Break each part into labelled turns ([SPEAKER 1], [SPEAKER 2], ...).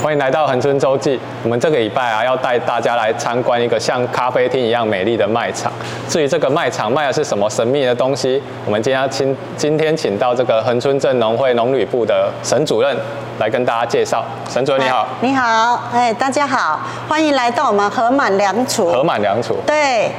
[SPEAKER 1] 欢迎来到恒春周记。我们这个礼拜啊，要带大家来参观一个像咖啡厅一样美丽的卖场。至于这个卖场卖的是什么神秘的东西，我们今天要请今天请到这个恒春镇农会农旅部的沈主任来跟大家介绍。沈主任你好，
[SPEAKER 2] 哎你好，哎，大家好，欢迎来到我们河满良厨。
[SPEAKER 1] 河满良厨。
[SPEAKER 2] 对，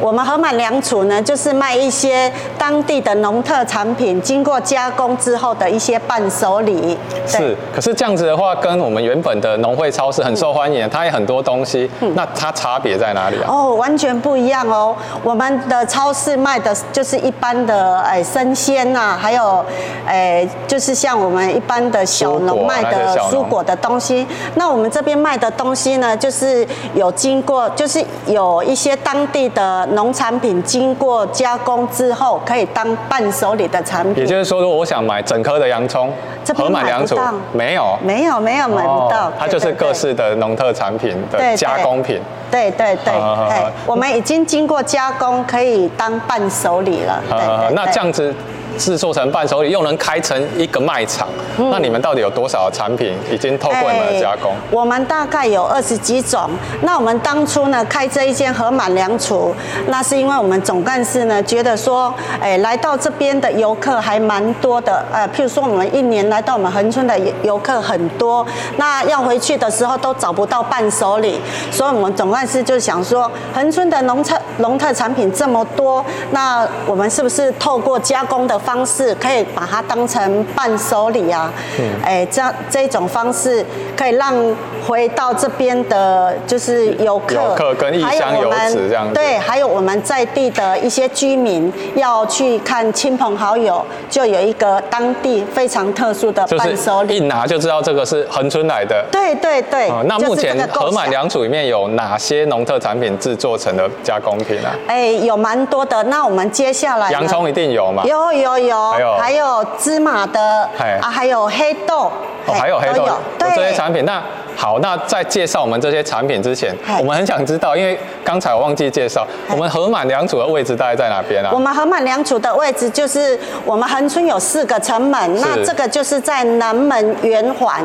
[SPEAKER 2] 我们河满良厨呢，就是卖一些当地的农特产品，经过加工之后的一些伴手礼。对
[SPEAKER 1] 是，可是这样子的话，跟我们原本的农会超市很受欢迎，它也很多东西，那它差别在 哪里啊？
[SPEAKER 2] 嗯哦，完全不一样哦。我们的超市卖的就是一般的哎生鲜呐、还有哎就是像我们一般的小
[SPEAKER 1] 蔬果啊
[SPEAKER 2] 农卖
[SPEAKER 1] 那些
[SPEAKER 2] 的
[SPEAKER 1] 小农
[SPEAKER 2] 蔬果的东西。那我们这边卖的东西呢，就是有经过，就是有一些当地的农产品经过加工之后，可以当伴手礼的产
[SPEAKER 1] 也
[SPEAKER 2] 品。
[SPEAKER 1] 就是说，如果我想买整颗的洋葱
[SPEAKER 2] 这，边
[SPEAKER 1] 河满
[SPEAKER 2] 买
[SPEAKER 1] 良
[SPEAKER 2] 不
[SPEAKER 1] 厨
[SPEAKER 2] 到
[SPEAKER 1] 没有，
[SPEAKER 2] 没有没有买不到
[SPEAKER 1] 哦，它就是
[SPEAKER 2] 对对
[SPEAKER 1] 各式的农特产品的
[SPEAKER 2] 对
[SPEAKER 1] 加工品。嗯
[SPEAKER 2] 对对对，
[SPEAKER 1] 好好好
[SPEAKER 2] 哎，我们已经经过加工，可以当伴手礼了。对
[SPEAKER 1] 呃
[SPEAKER 2] 对，
[SPEAKER 1] 那
[SPEAKER 2] 对
[SPEAKER 1] 这样子制作成伴手礼，又能开成一个卖场，那你们到底有多少产品已经透过你们的加工？
[SPEAKER 2] 嗯哎我们大概有二十几种。那我们当初呢开这一间河满粮厨，那是因为我们总干事呢觉得说，哎，来到这边的游客还蛮多的。呃，譬如说我们一年来到我们恒春的游客很多，那要回去的时候都找不到伴手礼，所以我们总干事就想说，恒春的农产农特产品这么多，那我们是不是透过加工的方式，可以把它当成伴手礼啊？
[SPEAKER 1] 嗯
[SPEAKER 2] 哎，这样这一种方式可以让回到这边的，就是游客、
[SPEAKER 1] 游客跟异乡
[SPEAKER 2] 还有我们
[SPEAKER 1] 游子这样子
[SPEAKER 2] 对，还有我们在地的一些居民要去看亲朋好友，就有一个当地非常特殊的
[SPEAKER 1] 就是
[SPEAKER 2] 伴手礼。
[SPEAKER 1] 一拿就知道这个是恒春来的。
[SPEAKER 2] 对对对，
[SPEAKER 1] 啊，那目
[SPEAKER 2] 就是这
[SPEAKER 1] 前
[SPEAKER 2] 个构
[SPEAKER 1] 河满
[SPEAKER 2] 想
[SPEAKER 1] 良渚里面有哪些农特产品制作成的加工品啊？
[SPEAKER 2] 哎，有蛮多的。那我们接下来呢
[SPEAKER 1] 洋葱一定有嘛？
[SPEAKER 2] 有有有，
[SPEAKER 1] 还有
[SPEAKER 2] 还有芝麻的
[SPEAKER 1] 嘿，
[SPEAKER 2] 啊，还有黑豆，
[SPEAKER 1] 哦，
[SPEAKER 2] 嘿
[SPEAKER 1] 还有黑
[SPEAKER 2] 都
[SPEAKER 1] 豆，
[SPEAKER 2] 对，
[SPEAKER 1] 这些产品。那好，那在介绍我们这些产品之前
[SPEAKER 2] 嗨，
[SPEAKER 1] 我们很想知道，因为刚才我忘记介绍，我
[SPEAKER 2] 嗨
[SPEAKER 1] 们河满良渚的位置大概在哪边啊
[SPEAKER 2] 我？们河满良渚的位置就是我们恒春有四个城门，那这个就是在南门圆环，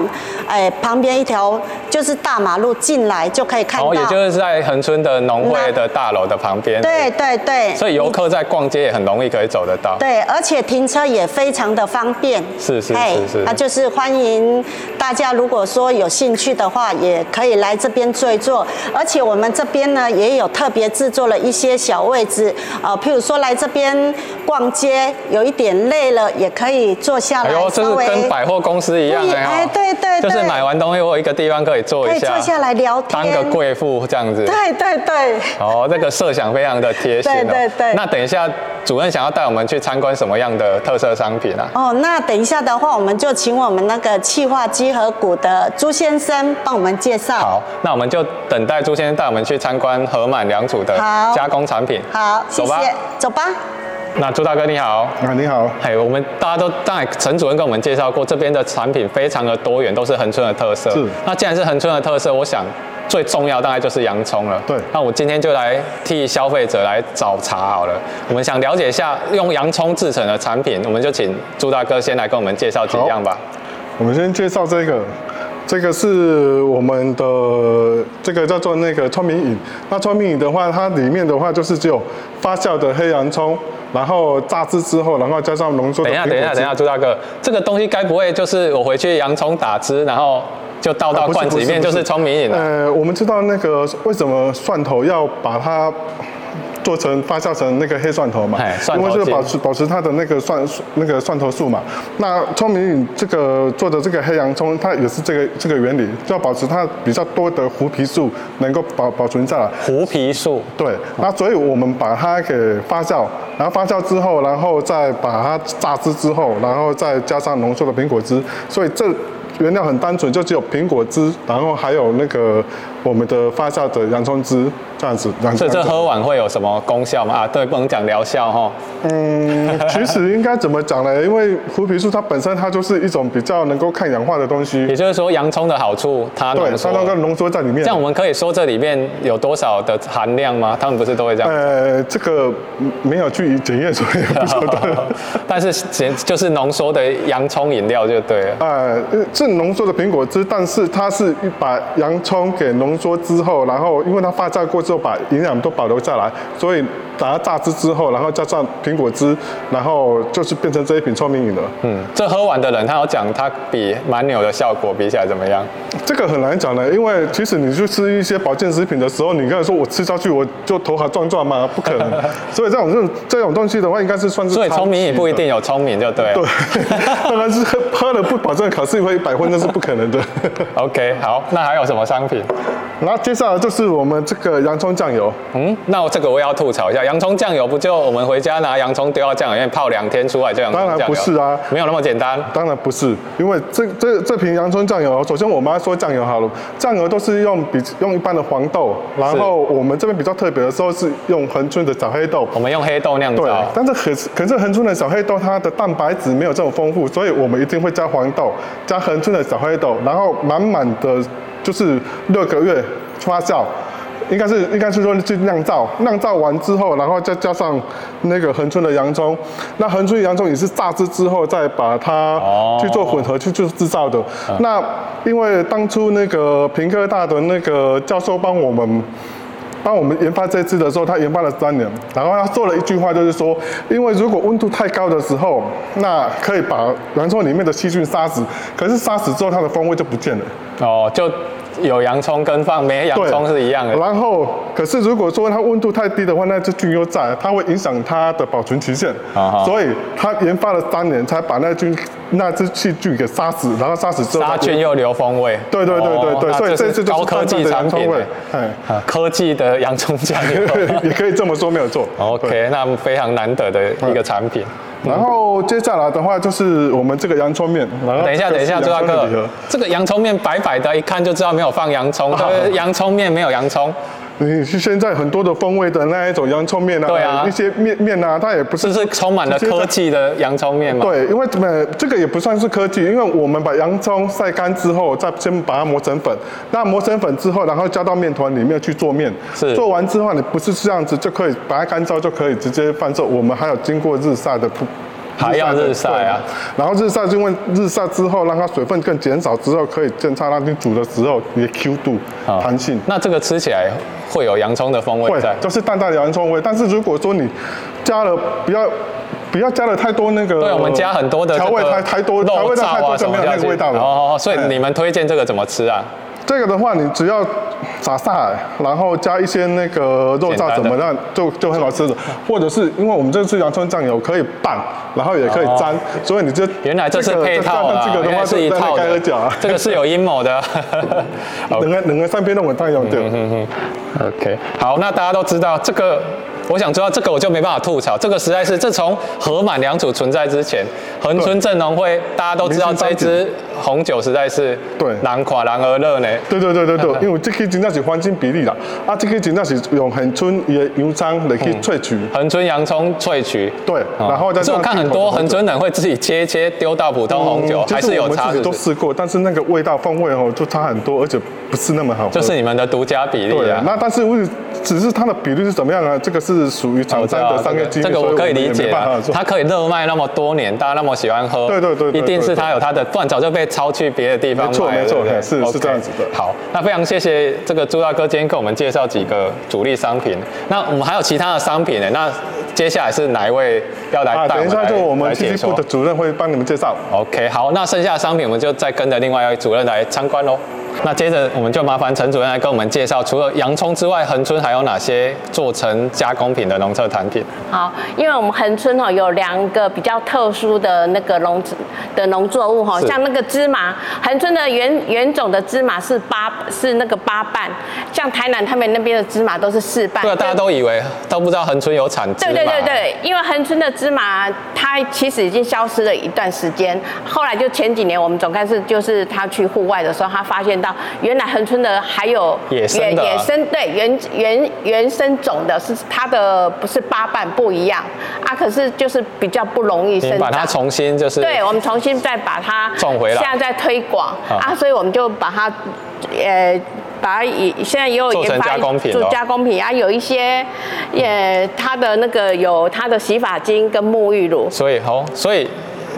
[SPEAKER 2] 哎，旁边一条就是大马路进来就可以看
[SPEAKER 1] 然
[SPEAKER 2] 到。
[SPEAKER 1] 哦后也就是在恒春的农会的大楼的旁边。
[SPEAKER 2] 对对对，
[SPEAKER 1] 所以游客在逛街也很容易可以走得到。
[SPEAKER 2] 对，而且停车也非常的方便。
[SPEAKER 1] 是是
[SPEAKER 2] 哎
[SPEAKER 1] 是是
[SPEAKER 2] 那就是欢迎大家，如果说有兴趣的话，也可以来这边坐一坐。而且我们这边呢，也有特别制作了一些小位置，呃，譬如说来这边逛街，有一点累了，也可以坐下来
[SPEAKER 1] 哎呦，这
[SPEAKER 2] 稍
[SPEAKER 1] 是
[SPEAKER 2] 微
[SPEAKER 1] 跟百货公司一样
[SPEAKER 2] 不一
[SPEAKER 1] 哎、
[SPEAKER 2] 哎对对
[SPEAKER 1] 就是
[SPEAKER 2] 对
[SPEAKER 1] 买完东西我有一个地方可以坐
[SPEAKER 2] 可
[SPEAKER 1] 一
[SPEAKER 2] 以
[SPEAKER 1] 下，
[SPEAKER 2] 坐下来聊天，
[SPEAKER 1] 当个贵妇这样子。
[SPEAKER 2] 对对对。
[SPEAKER 1] 哦，这个设想非常的贴心、哦。
[SPEAKER 2] 对对对
[SPEAKER 1] 那等一下，主任想要带我们去参观什么样的特色商品啊？
[SPEAKER 2] 哦，那等一下的话，我们就请我们那个气化机和谷的朱先生帮我们介绍。
[SPEAKER 1] 好，那我们就等待朱先生带我们去参观河满良渚的
[SPEAKER 2] 好
[SPEAKER 1] 加工产品。
[SPEAKER 2] 好，谢
[SPEAKER 1] 走吧
[SPEAKER 2] 谢，走吧。
[SPEAKER 1] 那朱大哥你好。
[SPEAKER 3] 啊，你好，
[SPEAKER 1] 嘿，我们大家都当然，陈主任跟我们介绍过，这边的产品非常的多元，都是恒春的特色。
[SPEAKER 3] 是
[SPEAKER 1] 那既然是恒春的特色，我想最重要大概就是洋葱了。
[SPEAKER 3] 对
[SPEAKER 1] 那我今天就来替消费者来找茬好了。我们想了解一下用洋葱制成的产品，我们就请朱大哥先来跟我们介绍几样吧。
[SPEAKER 3] 我们先介绍这个，这个是我们的这个叫做那个聪明饮。那聪明饮的话，它里面的话就是只有发酵的黑洋葱，然后榨汁之后，然后加上浓缩的
[SPEAKER 1] 等一下，
[SPEAKER 3] 苹
[SPEAKER 1] 等一下，
[SPEAKER 3] 果
[SPEAKER 1] 等一
[SPEAKER 3] 汁
[SPEAKER 1] 下，。朱大哥，这个东西该不会就是我回去洋葱打汁，然后就倒到
[SPEAKER 3] 啊不是
[SPEAKER 1] 罐子里面，
[SPEAKER 3] 不
[SPEAKER 1] 就是是聪明饮了？
[SPEAKER 3] 呃，我们知道那个为什么蒜头要把它做成发酵成那个黑蒜头嘛
[SPEAKER 1] 哎蒜，头
[SPEAKER 3] 因为就是
[SPEAKER 1] 精
[SPEAKER 3] 保持保持它的那个蒜那个蒜头素嘛。那聪明饮这个做的这个黑洋葱，它也是这个这个原理，就要保持它比较多的胡皮素能够保保存下来。
[SPEAKER 1] 胡皮素。
[SPEAKER 3] 对，那所以我们把它给发酵，然后发酵之后，然后再把它榨汁之后，然后再加上浓缩的苹果汁，所以这原料很单纯，就只有苹果汁，然后还有那个我们的发酵的洋葱汁，这样子，这样子
[SPEAKER 1] 所以这喝完会有什么功效吗？啊，对，不能讲疗效哈。
[SPEAKER 3] 嗯，其实应该怎么讲呢？因为胡皮素它本身它就是一种比较能够抗氧化的东西
[SPEAKER 1] 也，就是说，洋葱的好处它
[SPEAKER 3] 对
[SPEAKER 1] 浓，缩
[SPEAKER 3] 它。那个浓缩在里面
[SPEAKER 1] 这。样我们可以说这里面有多少的含量吗？他们不是都会这样。
[SPEAKER 3] 呃，这个嗯没有去检验，所以也不晓得。
[SPEAKER 1] 但是简就是浓缩的洋葱饮料就对了。
[SPEAKER 3] 呃，是浓缩的苹果汁，但是它是把洋葱给浓缩之后，然后因为它发酵过之后，把营养都保留下来，所以把它榨汁之后，然后加上苹果汁，然后就是变成这一瓶聪明饮了。
[SPEAKER 1] 嗯，这喝完的人他有讲他比蛮牛的效果比起来怎么样？
[SPEAKER 3] 这个很难讲的，因为其实你去吃一些保健食品的时候，你刚才说我吃下去我就头还撞撞嘛，不可 能。所以这种这种这种东西的话，应该是算是
[SPEAKER 1] 所以聪明也不一
[SPEAKER 3] 长期
[SPEAKER 1] 定有聪明就对了。
[SPEAKER 3] 的。 当然是喝喝了不保证考试会一百分，那是不可能的。
[SPEAKER 1] OK，好，那还有什么商品？
[SPEAKER 3] 然后接下来就是我们这个洋葱酱油，
[SPEAKER 1] 嗯，那我这个我也要吐槽一下，洋葱酱油不就我们回家拿洋葱丢到酱油里面泡两天出来就洋葱
[SPEAKER 3] 当
[SPEAKER 1] 酱油？
[SPEAKER 3] 然不是啊
[SPEAKER 1] 没有那么简单。
[SPEAKER 3] 当然不是，因为这这这瓶洋葱酱油，首先我们要说酱油好了，酱油都是用比用一般的黄豆，然后我们这边比较特别的时候是用恒春的小黑豆。
[SPEAKER 1] 我们用黑豆酿
[SPEAKER 3] 对
[SPEAKER 1] 造，，
[SPEAKER 3] 但是可是可是恒春的小黑豆它的蛋白质没有这么丰富，所以我们一定会加黄豆，加恒春的小黑豆，然后满满的就是六个月发酵。应该是应该是说去酿造，酿造完之后，然后再加上那个恒春的洋葱，那恒春洋葱也是榨汁之后再把它
[SPEAKER 1] 哦嗯
[SPEAKER 3] 去做混合去做制造的。那因为当初那个平科大的那个教授帮我们当我们研发这支的时候，他研发了三年，然后他做了一句话，就是说，因为如果温度太高的时候，那可以把洋葱里面的细菌杀死，可是杀死之后它的风味就不见了。
[SPEAKER 1] 哦，就有洋葱跟放没洋葱啊是一样的。
[SPEAKER 3] 然后，可是如果说它温度太低的话，那只菌又在，它会影响它的保存期限。
[SPEAKER 1] 啊哈
[SPEAKER 3] 所以他研发了三年，才把那菌那只细菌给杀死，然后杀死之后
[SPEAKER 1] 杀菌。又留风味，
[SPEAKER 3] 对对对对对，
[SPEAKER 1] 哦
[SPEAKER 3] 所以
[SPEAKER 1] 那
[SPEAKER 3] 这
[SPEAKER 1] 是
[SPEAKER 3] 次
[SPEAKER 1] 高科技产
[SPEAKER 3] 洋葱
[SPEAKER 1] 品
[SPEAKER 3] 味
[SPEAKER 1] 欸，，
[SPEAKER 3] 哎，
[SPEAKER 1] 啊科技的洋葱酱 油。
[SPEAKER 3] 也可以这么说，没有错。对
[SPEAKER 1] OK，那非常难得的一个产品。
[SPEAKER 3] 然后接下来的话就是我们这个洋葱面，然后
[SPEAKER 1] 等一下，
[SPEAKER 3] 这
[SPEAKER 1] 等
[SPEAKER 3] 个
[SPEAKER 1] 一
[SPEAKER 3] 是
[SPEAKER 1] 下，
[SPEAKER 3] 洋
[SPEAKER 1] 周大
[SPEAKER 3] 葱的
[SPEAKER 1] 哥
[SPEAKER 3] 礼盒，
[SPEAKER 1] 这个洋葱面白白的，一看就知道没有放洋 葱，对不对洋葱面没有洋葱，
[SPEAKER 3] 你是现在很多的风味的那一种洋葱面啊，
[SPEAKER 1] 对啊
[SPEAKER 3] 一些面面啊，它也不是
[SPEAKER 1] 这是充满了科技的洋葱面嘛？
[SPEAKER 3] 对，因为呃这个也不算是科技，因为我们把洋葱晒干之后，再先把它磨成粉，那磨成粉之后，然后加到面团里面去做面。
[SPEAKER 1] 是
[SPEAKER 3] 做完之后，你不是这样子就可以把它干燥，就可以直接贩售。我们还有经过日晒的铺。
[SPEAKER 1] 还要日晒啊
[SPEAKER 3] 对！然后日晒，因为日晒之后，让它水分更减少之后，可以增加让你煮的时候你的 Q 度、
[SPEAKER 1] 好
[SPEAKER 3] 弹性。
[SPEAKER 1] 那这个吃起来会有洋葱的风味
[SPEAKER 3] 会
[SPEAKER 1] 在，。
[SPEAKER 3] 就是淡淡的洋葱味。但是如果说你加了不要不要加了太多那个，
[SPEAKER 1] 对，我们加很多的
[SPEAKER 3] 呃调味
[SPEAKER 1] 这个
[SPEAKER 3] 太太多，调
[SPEAKER 1] 肉
[SPEAKER 3] 味料
[SPEAKER 1] 燥啊
[SPEAKER 3] 太多
[SPEAKER 1] 什
[SPEAKER 3] 就
[SPEAKER 1] 么
[SPEAKER 3] 没有那
[SPEAKER 1] 下去
[SPEAKER 3] 个味道了。
[SPEAKER 1] 哦，哦所以
[SPEAKER 3] 哎
[SPEAKER 1] 你们推荐这个怎么吃啊？
[SPEAKER 3] 这个的话，你只要撒下来，然后加一些那个肉
[SPEAKER 1] 简单
[SPEAKER 3] 燥
[SPEAKER 1] 的
[SPEAKER 3] 怎么样，就就很好吃的。或者是因为我们这次洋葱酱油可以拌，然后也可以
[SPEAKER 1] 哦
[SPEAKER 3] 沾，所以你这
[SPEAKER 1] 原来这是配套
[SPEAKER 3] 这
[SPEAKER 1] 啦
[SPEAKER 3] 个这个
[SPEAKER 1] 原
[SPEAKER 3] 的
[SPEAKER 1] 来
[SPEAKER 3] 话
[SPEAKER 1] 是
[SPEAKER 3] 就
[SPEAKER 1] 一
[SPEAKER 3] 在那
[SPEAKER 1] 套
[SPEAKER 3] 盖
[SPEAKER 1] 的
[SPEAKER 3] 尔角啊，，
[SPEAKER 1] 这个是有阴谋 的。好
[SPEAKER 3] 两个两个三边弄我太阳对。
[SPEAKER 1] 嗯 OK，好，那大家都知道这个，我想知道这个我就没办法吐槽，这个实在是这从河满良渚存在之前，恒春镇农会大家都知道
[SPEAKER 3] 明
[SPEAKER 1] 这
[SPEAKER 3] 星商
[SPEAKER 1] 一
[SPEAKER 3] 品
[SPEAKER 1] 支红酒实在是
[SPEAKER 3] 对
[SPEAKER 1] 难垮难而乐呢。
[SPEAKER 3] 对对对 对对，因为这个真正是环境比例啦，啊，这个真正是用很纯伊的油葱来去萃取，
[SPEAKER 1] 恒春洋葱萃取，
[SPEAKER 3] 对
[SPEAKER 1] 哦
[SPEAKER 3] 然后
[SPEAKER 1] 嗯
[SPEAKER 3] 再
[SPEAKER 1] 可是我
[SPEAKER 3] 加
[SPEAKER 1] 看
[SPEAKER 3] 进
[SPEAKER 1] 很
[SPEAKER 3] 口的
[SPEAKER 1] 多
[SPEAKER 3] 红
[SPEAKER 1] 恒
[SPEAKER 3] 酒
[SPEAKER 1] 春人会自己切一切丢到普通红酒，
[SPEAKER 3] 嗯
[SPEAKER 1] 还是有
[SPEAKER 3] 其实我
[SPEAKER 1] 差
[SPEAKER 3] 们自
[SPEAKER 1] 是
[SPEAKER 3] 己都
[SPEAKER 1] 不是？
[SPEAKER 3] 试过，但是那个味道风味哦就差很多，而且不是那么好喝。
[SPEAKER 1] 就是你们的独家比例
[SPEAKER 3] 对
[SPEAKER 1] 啊。
[SPEAKER 3] 那但是问题只是它的比率是怎么样啊？这个是属于
[SPEAKER 1] 我
[SPEAKER 3] 厂
[SPEAKER 1] 知
[SPEAKER 3] 商
[SPEAKER 1] 道
[SPEAKER 3] 的商业机密，
[SPEAKER 1] 这个
[SPEAKER 3] 所
[SPEAKER 1] 哦我可以
[SPEAKER 3] 们也
[SPEAKER 1] 理解
[SPEAKER 3] 没办
[SPEAKER 1] 啊
[SPEAKER 3] 法，说
[SPEAKER 1] 它可以热卖那么多年，大家那么喜欢喝，
[SPEAKER 3] 对对对对对
[SPEAKER 1] 一定是它有它的，不然早就被抄去别的地方
[SPEAKER 3] 没错
[SPEAKER 1] 卖了
[SPEAKER 3] 没错
[SPEAKER 1] 对不对
[SPEAKER 3] 嘿是
[SPEAKER 1] OK
[SPEAKER 3] 是这样子的
[SPEAKER 1] 好，那非常谢谢这个朱大哥今天跟我们介绍几个主力商品，那我们还有其他的商品呢，那接下来是哪一位要来
[SPEAKER 3] 啊，
[SPEAKER 1] 带
[SPEAKER 3] 等一
[SPEAKER 1] 们
[SPEAKER 3] 下
[SPEAKER 1] 来
[SPEAKER 3] 就我们
[SPEAKER 1] 来
[SPEAKER 3] 经
[SPEAKER 1] 解
[SPEAKER 3] 济
[SPEAKER 1] 说
[SPEAKER 3] 部的主任会帮你们介绍。
[SPEAKER 1] OK，好，那剩下的商品我们就再跟着另外一位主任来参观喽。那接着我们就麻烦陈主任来跟我们介绍，除了洋葱之外，恒春还有哪些做成加工品的农特产品？
[SPEAKER 4] 好，因为我们恒春哦有两个比较特殊的那个农植的农作物哈，
[SPEAKER 1] 是
[SPEAKER 4] 像那个芝麻，恒春的原原种的芝麻是八是那个八瓣，像台南他们那边的芝麻都是四瓣。
[SPEAKER 1] 对啊，大家都以为都不知道恒春有产芝麻。
[SPEAKER 4] 对对对对，因为恒春的芝麻，它其实已经消失了一段时间。后来就前几年，我们总干事就是他去户外的时候，他发现到道，原来恒春的还有
[SPEAKER 1] 野生的啊
[SPEAKER 4] 野野生对原原原生种的是它的不是八瓣不一样啊，可是就是比较不容易生
[SPEAKER 1] 你
[SPEAKER 4] 长。
[SPEAKER 1] 把它重新就是
[SPEAKER 4] 对，我们重新再把它
[SPEAKER 1] 种回来
[SPEAKER 4] 现在在推广
[SPEAKER 1] 好
[SPEAKER 4] 啊，所以我们就把它，呃，把它以现在也有
[SPEAKER 1] 做成
[SPEAKER 4] 研发
[SPEAKER 1] 加工品咯
[SPEAKER 4] 做加工品啊，有一些，也它的那个有它的洗发精跟沐浴乳，
[SPEAKER 1] 所以好，所以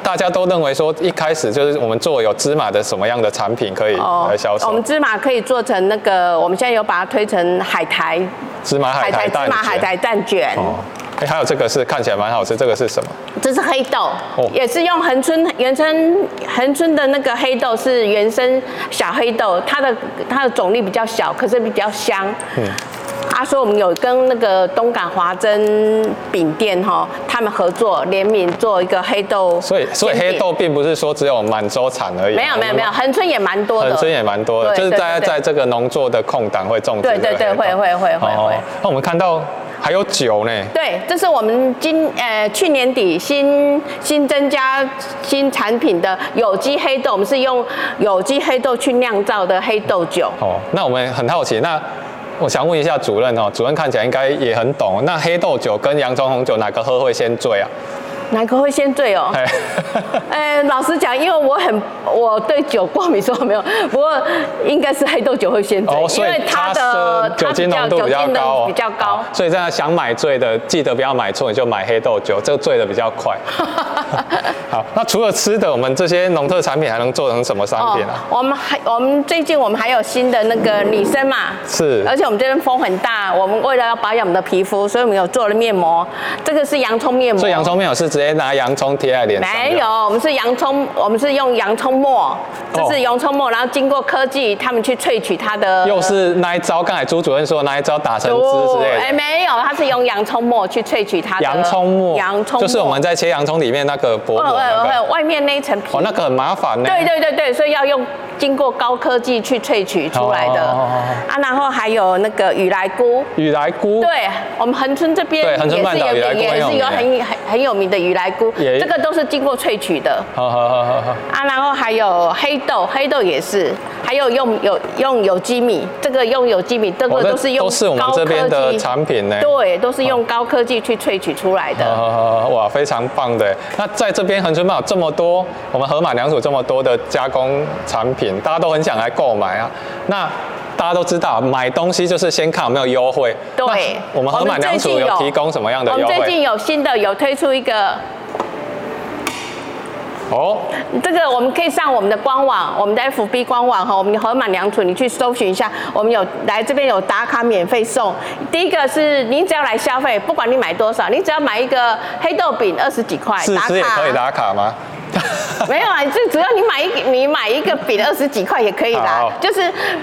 [SPEAKER 1] 大家都认为说，一开始就是我们做有芝麻的什么样的产品可以来销售？
[SPEAKER 4] 哦我们芝麻可以做成那个，我们现在有把它推成海苔，
[SPEAKER 1] 芝麻海苔
[SPEAKER 4] 芝
[SPEAKER 1] 蛋
[SPEAKER 4] 麻海苔
[SPEAKER 1] 卷。
[SPEAKER 4] 蛋卷，
[SPEAKER 1] 哦，哎，还有这个是看起来蛮好吃，这个是什么？
[SPEAKER 4] 这是黑豆，
[SPEAKER 1] 哦
[SPEAKER 4] 也是用恒春原生恒春的那个黑豆是原生小黑豆，它的它的种粒比较小，可是比较香。嗯。啊，所以我们有跟那个东港华珍饼店哈、他们合作联名做一个黑豆
[SPEAKER 1] 所以所以
[SPEAKER 4] 煎饼
[SPEAKER 1] 黑豆并不是说只有满洲产而已。
[SPEAKER 4] 没有没有没有，恒春也蛮多的，
[SPEAKER 1] 恒春也蛮多的，
[SPEAKER 4] 对
[SPEAKER 1] 就是
[SPEAKER 4] 对
[SPEAKER 1] 大家
[SPEAKER 4] 对
[SPEAKER 1] 在这个农作的空档会种植
[SPEAKER 4] 对
[SPEAKER 1] 这
[SPEAKER 4] 对
[SPEAKER 1] 个
[SPEAKER 4] 对
[SPEAKER 1] 黑豆。
[SPEAKER 4] 会会会会
[SPEAKER 1] 哦
[SPEAKER 4] 会。
[SPEAKER 1] 那我们看到还有酒呢，
[SPEAKER 4] 对，这是我们今呃去年底新呃新增加新产品的有机黑豆，我们是用有机黑豆去酿造的黑豆酒。
[SPEAKER 1] 哦，那我们很好奇，那我想问一下主任哦，主任看起来应该也很懂，那黑豆酒跟洋葱红酒哪个喝会先醉啊？
[SPEAKER 4] 哪个会先醉 哦？
[SPEAKER 1] 哎，
[SPEAKER 4] 呃，老实讲，因为我很我对酒过敏，所以我没有。不过应该是黑豆酒会先醉，
[SPEAKER 1] 哦，所
[SPEAKER 4] 因
[SPEAKER 1] 以
[SPEAKER 4] 为它
[SPEAKER 1] 的
[SPEAKER 4] 的
[SPEAKER 1] 酒精浓度比较高、哦，
[SPEAKER 4] 比较高
[SPEAKER 1] 好。
[SPEAKER 4] 啊
[SPEAKER 1] 所以这样想买醉的，记得不要买错，你就买黑豆酒，这个醉的比较 快。好，那除了吃的，我们这些农特产品还能做成什么商品啊？
[SPEAKER 4] 哦我们还我们最近我们还有新的那个女生嘛，
[SPEAKER 1] 是
[SPEAKER 4] 而且我们这边风很大，我们为了要保养我们的皮肤，所以我们有做了面膜，这个是洋葱面膜。
[SPEAKER 1] 所以洋葱面有是直接拿洋葱贴在脸上，
[SPEAKER 4] 啊没有，，我们是洋葱，我们是用洋葱
[SPEAKER 1] 哦
[SPEAKER 4] 末，这是洋葱末，然后经过科技，他们去萃取它的。
[SPEAKER 1] 又是那一招，刚才朱主任说的那一招打成汁
[SPEAKER 4] 哦
[SPEAKER 1] 之类的。
[SPEAKER 4] 哎，没有，它是用洋葱末去萃取它的
[SPEAKER 1] 洋葱末，
[SPEAKER 4] 洋葱末
[SPEAKER 1] 就是我们在切洋葱里面那个薄
[SPEAKER 4] 哦
[SPEAKER 1] 膜那
[SPEAKER 4] 哦哦
[SPEAKER 1] 个，
[SPEAKER 4] 外面那一层皮。
[SPEAKER 1] 哦，那个很麻烦呢。
[SPEAKER 4] 对啊对对对，所以要用经过高科技去萃取出来的
[SPEAKER 1] 哦哦哦
[SPEAKER 4] 啊，然后还有那个雨来菇，
[SPEAKER 1] 雨来菇，
[SPEAKER 4] 对我们恒春这边
[SPEAKER 1] 对
[SPEAKER 4] 也
[SPEAKER 1] 恒
[SPEAKER 4] 是
[SPEAKER 1] 春半岛
[SPEAKER 4] 有
[SPEAKER 1] 雨来菇
[SPEAKER 4] 也
[SPEAKER 1] 很
[SPEAKER 4] 是
[SPEAKER 1] 有
[SPEAKER 4] 有
[SPEAKER 1] 名
[SPEAKER 4] 很很很有名的雨来菇，
[SPEAKER 1] 也
[SPEAKER 4] 这个都是经过萃取的
[SPEAKER 1] 好好好好好，
[SPEAKER 4] 啊，然后还有黑豆，黑豆也是，还有用有用有机米，这个用有机米，这
[SPEAKER 1] 哦
[SPEAKER 4] 个
[SPEAKER 1] 这
[SPEAKER 4] 都是用
[SPEAKER 1] 都是我们
[SPEAKER 4] 高
[SPEAKER 1] 这边
[SPEAKER 4] 科
[SPEAKER 1] 的
[SPEAKER 4] 技
[SPEAKER 1] 产品呢。哦
[SPEAKER 4] 对，都是用高科技去萃取出来的。
[SPEAKER 1] 好好好哇，非常棒的。那在这边恒春半岛这么多，我们河马良渚这么多的加工产品，大家都很想来购买啊。那大家都知道，买东西就是先看有没有优惠。
[SPEAKER 4] 对，
[SPEAKER 1] 那我们河马良渚
[SPEAKER 4] 我们最近
[SPEAKER 1] 有提供什么样的
[SPEAKER 4] 我
[SPEAKER 1] 优
[SPEAKER 4] 们最近
[SPEAKER 1] 惠？
[SPEAKER 4] 有新的有推出一个，
[SPEAKER 1] 哦，
[SPEAKER 4] 这个我们可以上我们的官网，我们的 FB 官网哈，我们河满良渚，你去搜寻一下，我们有来这边有打卡免费送。第一个是你只要来消费，不管你买多少，你只要买一个黑豆饼二十几块，
[SPEAKER 1] 试吃也可以打卡吗？
[SPEAKER 4] 没有啊，就只要你买一你买一个饼二十几块也可以啦
[SPEAKER 1] 好，
[SPEAKER 4] 就是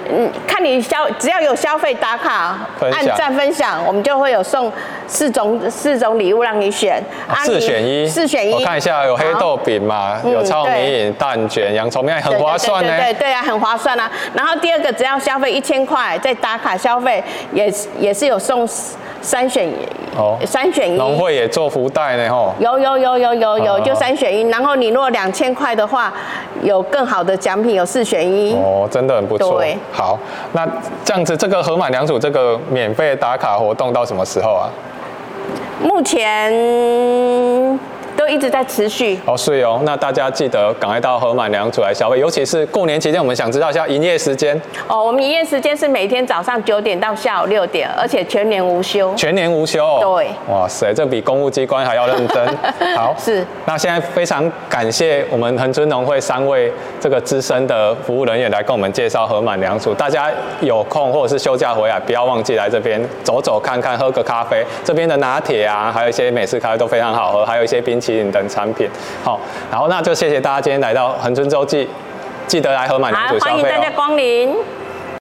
[SPEAKER 4] 嗯，看你消只要有消费打卡
[SPEAKER 1] 分、享
[SPEAKER 4] 按赞分享，我们就会有送四种四种礼物让你选，
[SPEAKER 1] 啊
[SPEAKER 4] 你
[SPEAKER 1] 四选一，
[SPEAKER 4] 四选一，
[SPEAKER 1] 我看一下，有黑
[SPEAKER 4] 好。
[SPEAKER 1] 豆饼嘛，有糙米饮、蛋卷、洋葱面，哎很
[SPEAKER 4] 对
[SPEAKER 1] 划算呢
[SPEAKER 4] 对。对对对啊，很划算啊。然后第二个，只要消费一千块，再打卡消费，也是也是有送三选一，
[SPEAKER 1] 哦
[SPEAKER 4] 三选一。
[SPEAKER 1] 农会也做福袋呢，吼。
[SPEAKER 4] 有有有有有
[SPEAKER 1] 哦
[SPEAKER 4] 有，就三选一。然后你如果两千块的话，有更好的奖品，有四选一。
[SPEAKER 1] 哦，真的很不错
[SPEAKER 4] 嗯对。
[SPEAKER 1] 好，那这样子，这个河满良渚这个免费打卡活动到什么时候啊？
[SPEAKER 4] 目前都一直在持续。
[SPEAKER 1] 哦，是哦。那大家记得赶快到河满良渚来消费，尤其是过年期间，我们想知道一下营业时间，
[SPEAKER 4] 哦，我们营业时间是每天早上九点到下午六点，而且全年无休。
[SPEAKER 1] 全年无休、哦。
[SPEAKER 4] 对。
[SPEAKER 1] 哇塞，这比公务机关还要认 真。好。
[SPEAKER 4] 是。
[SPEAKER 1] 那现在非常感谢我们恒春农会三位这个资深的服务人员来跟我们介绍河满良渚。大家有空或者是休假回来，不要忘记来这边走走看看，喝个咖啡。这边的拿铁啊，还有一些美式咖啡都非常好喝，还有一些冰淇淋等产品。好，然后那就谢谢大家今天来到恒春洲际，记得来河满良
[SPEAKER 4] 好，
[SPEAKER 1] 渚消
[SPEAKER 4] 欢迎
[SPEAKER 1] 费
[SPEAKER 4] 大
[SPEAKER 1] 哦
[SPEAKER 4] 家。光临。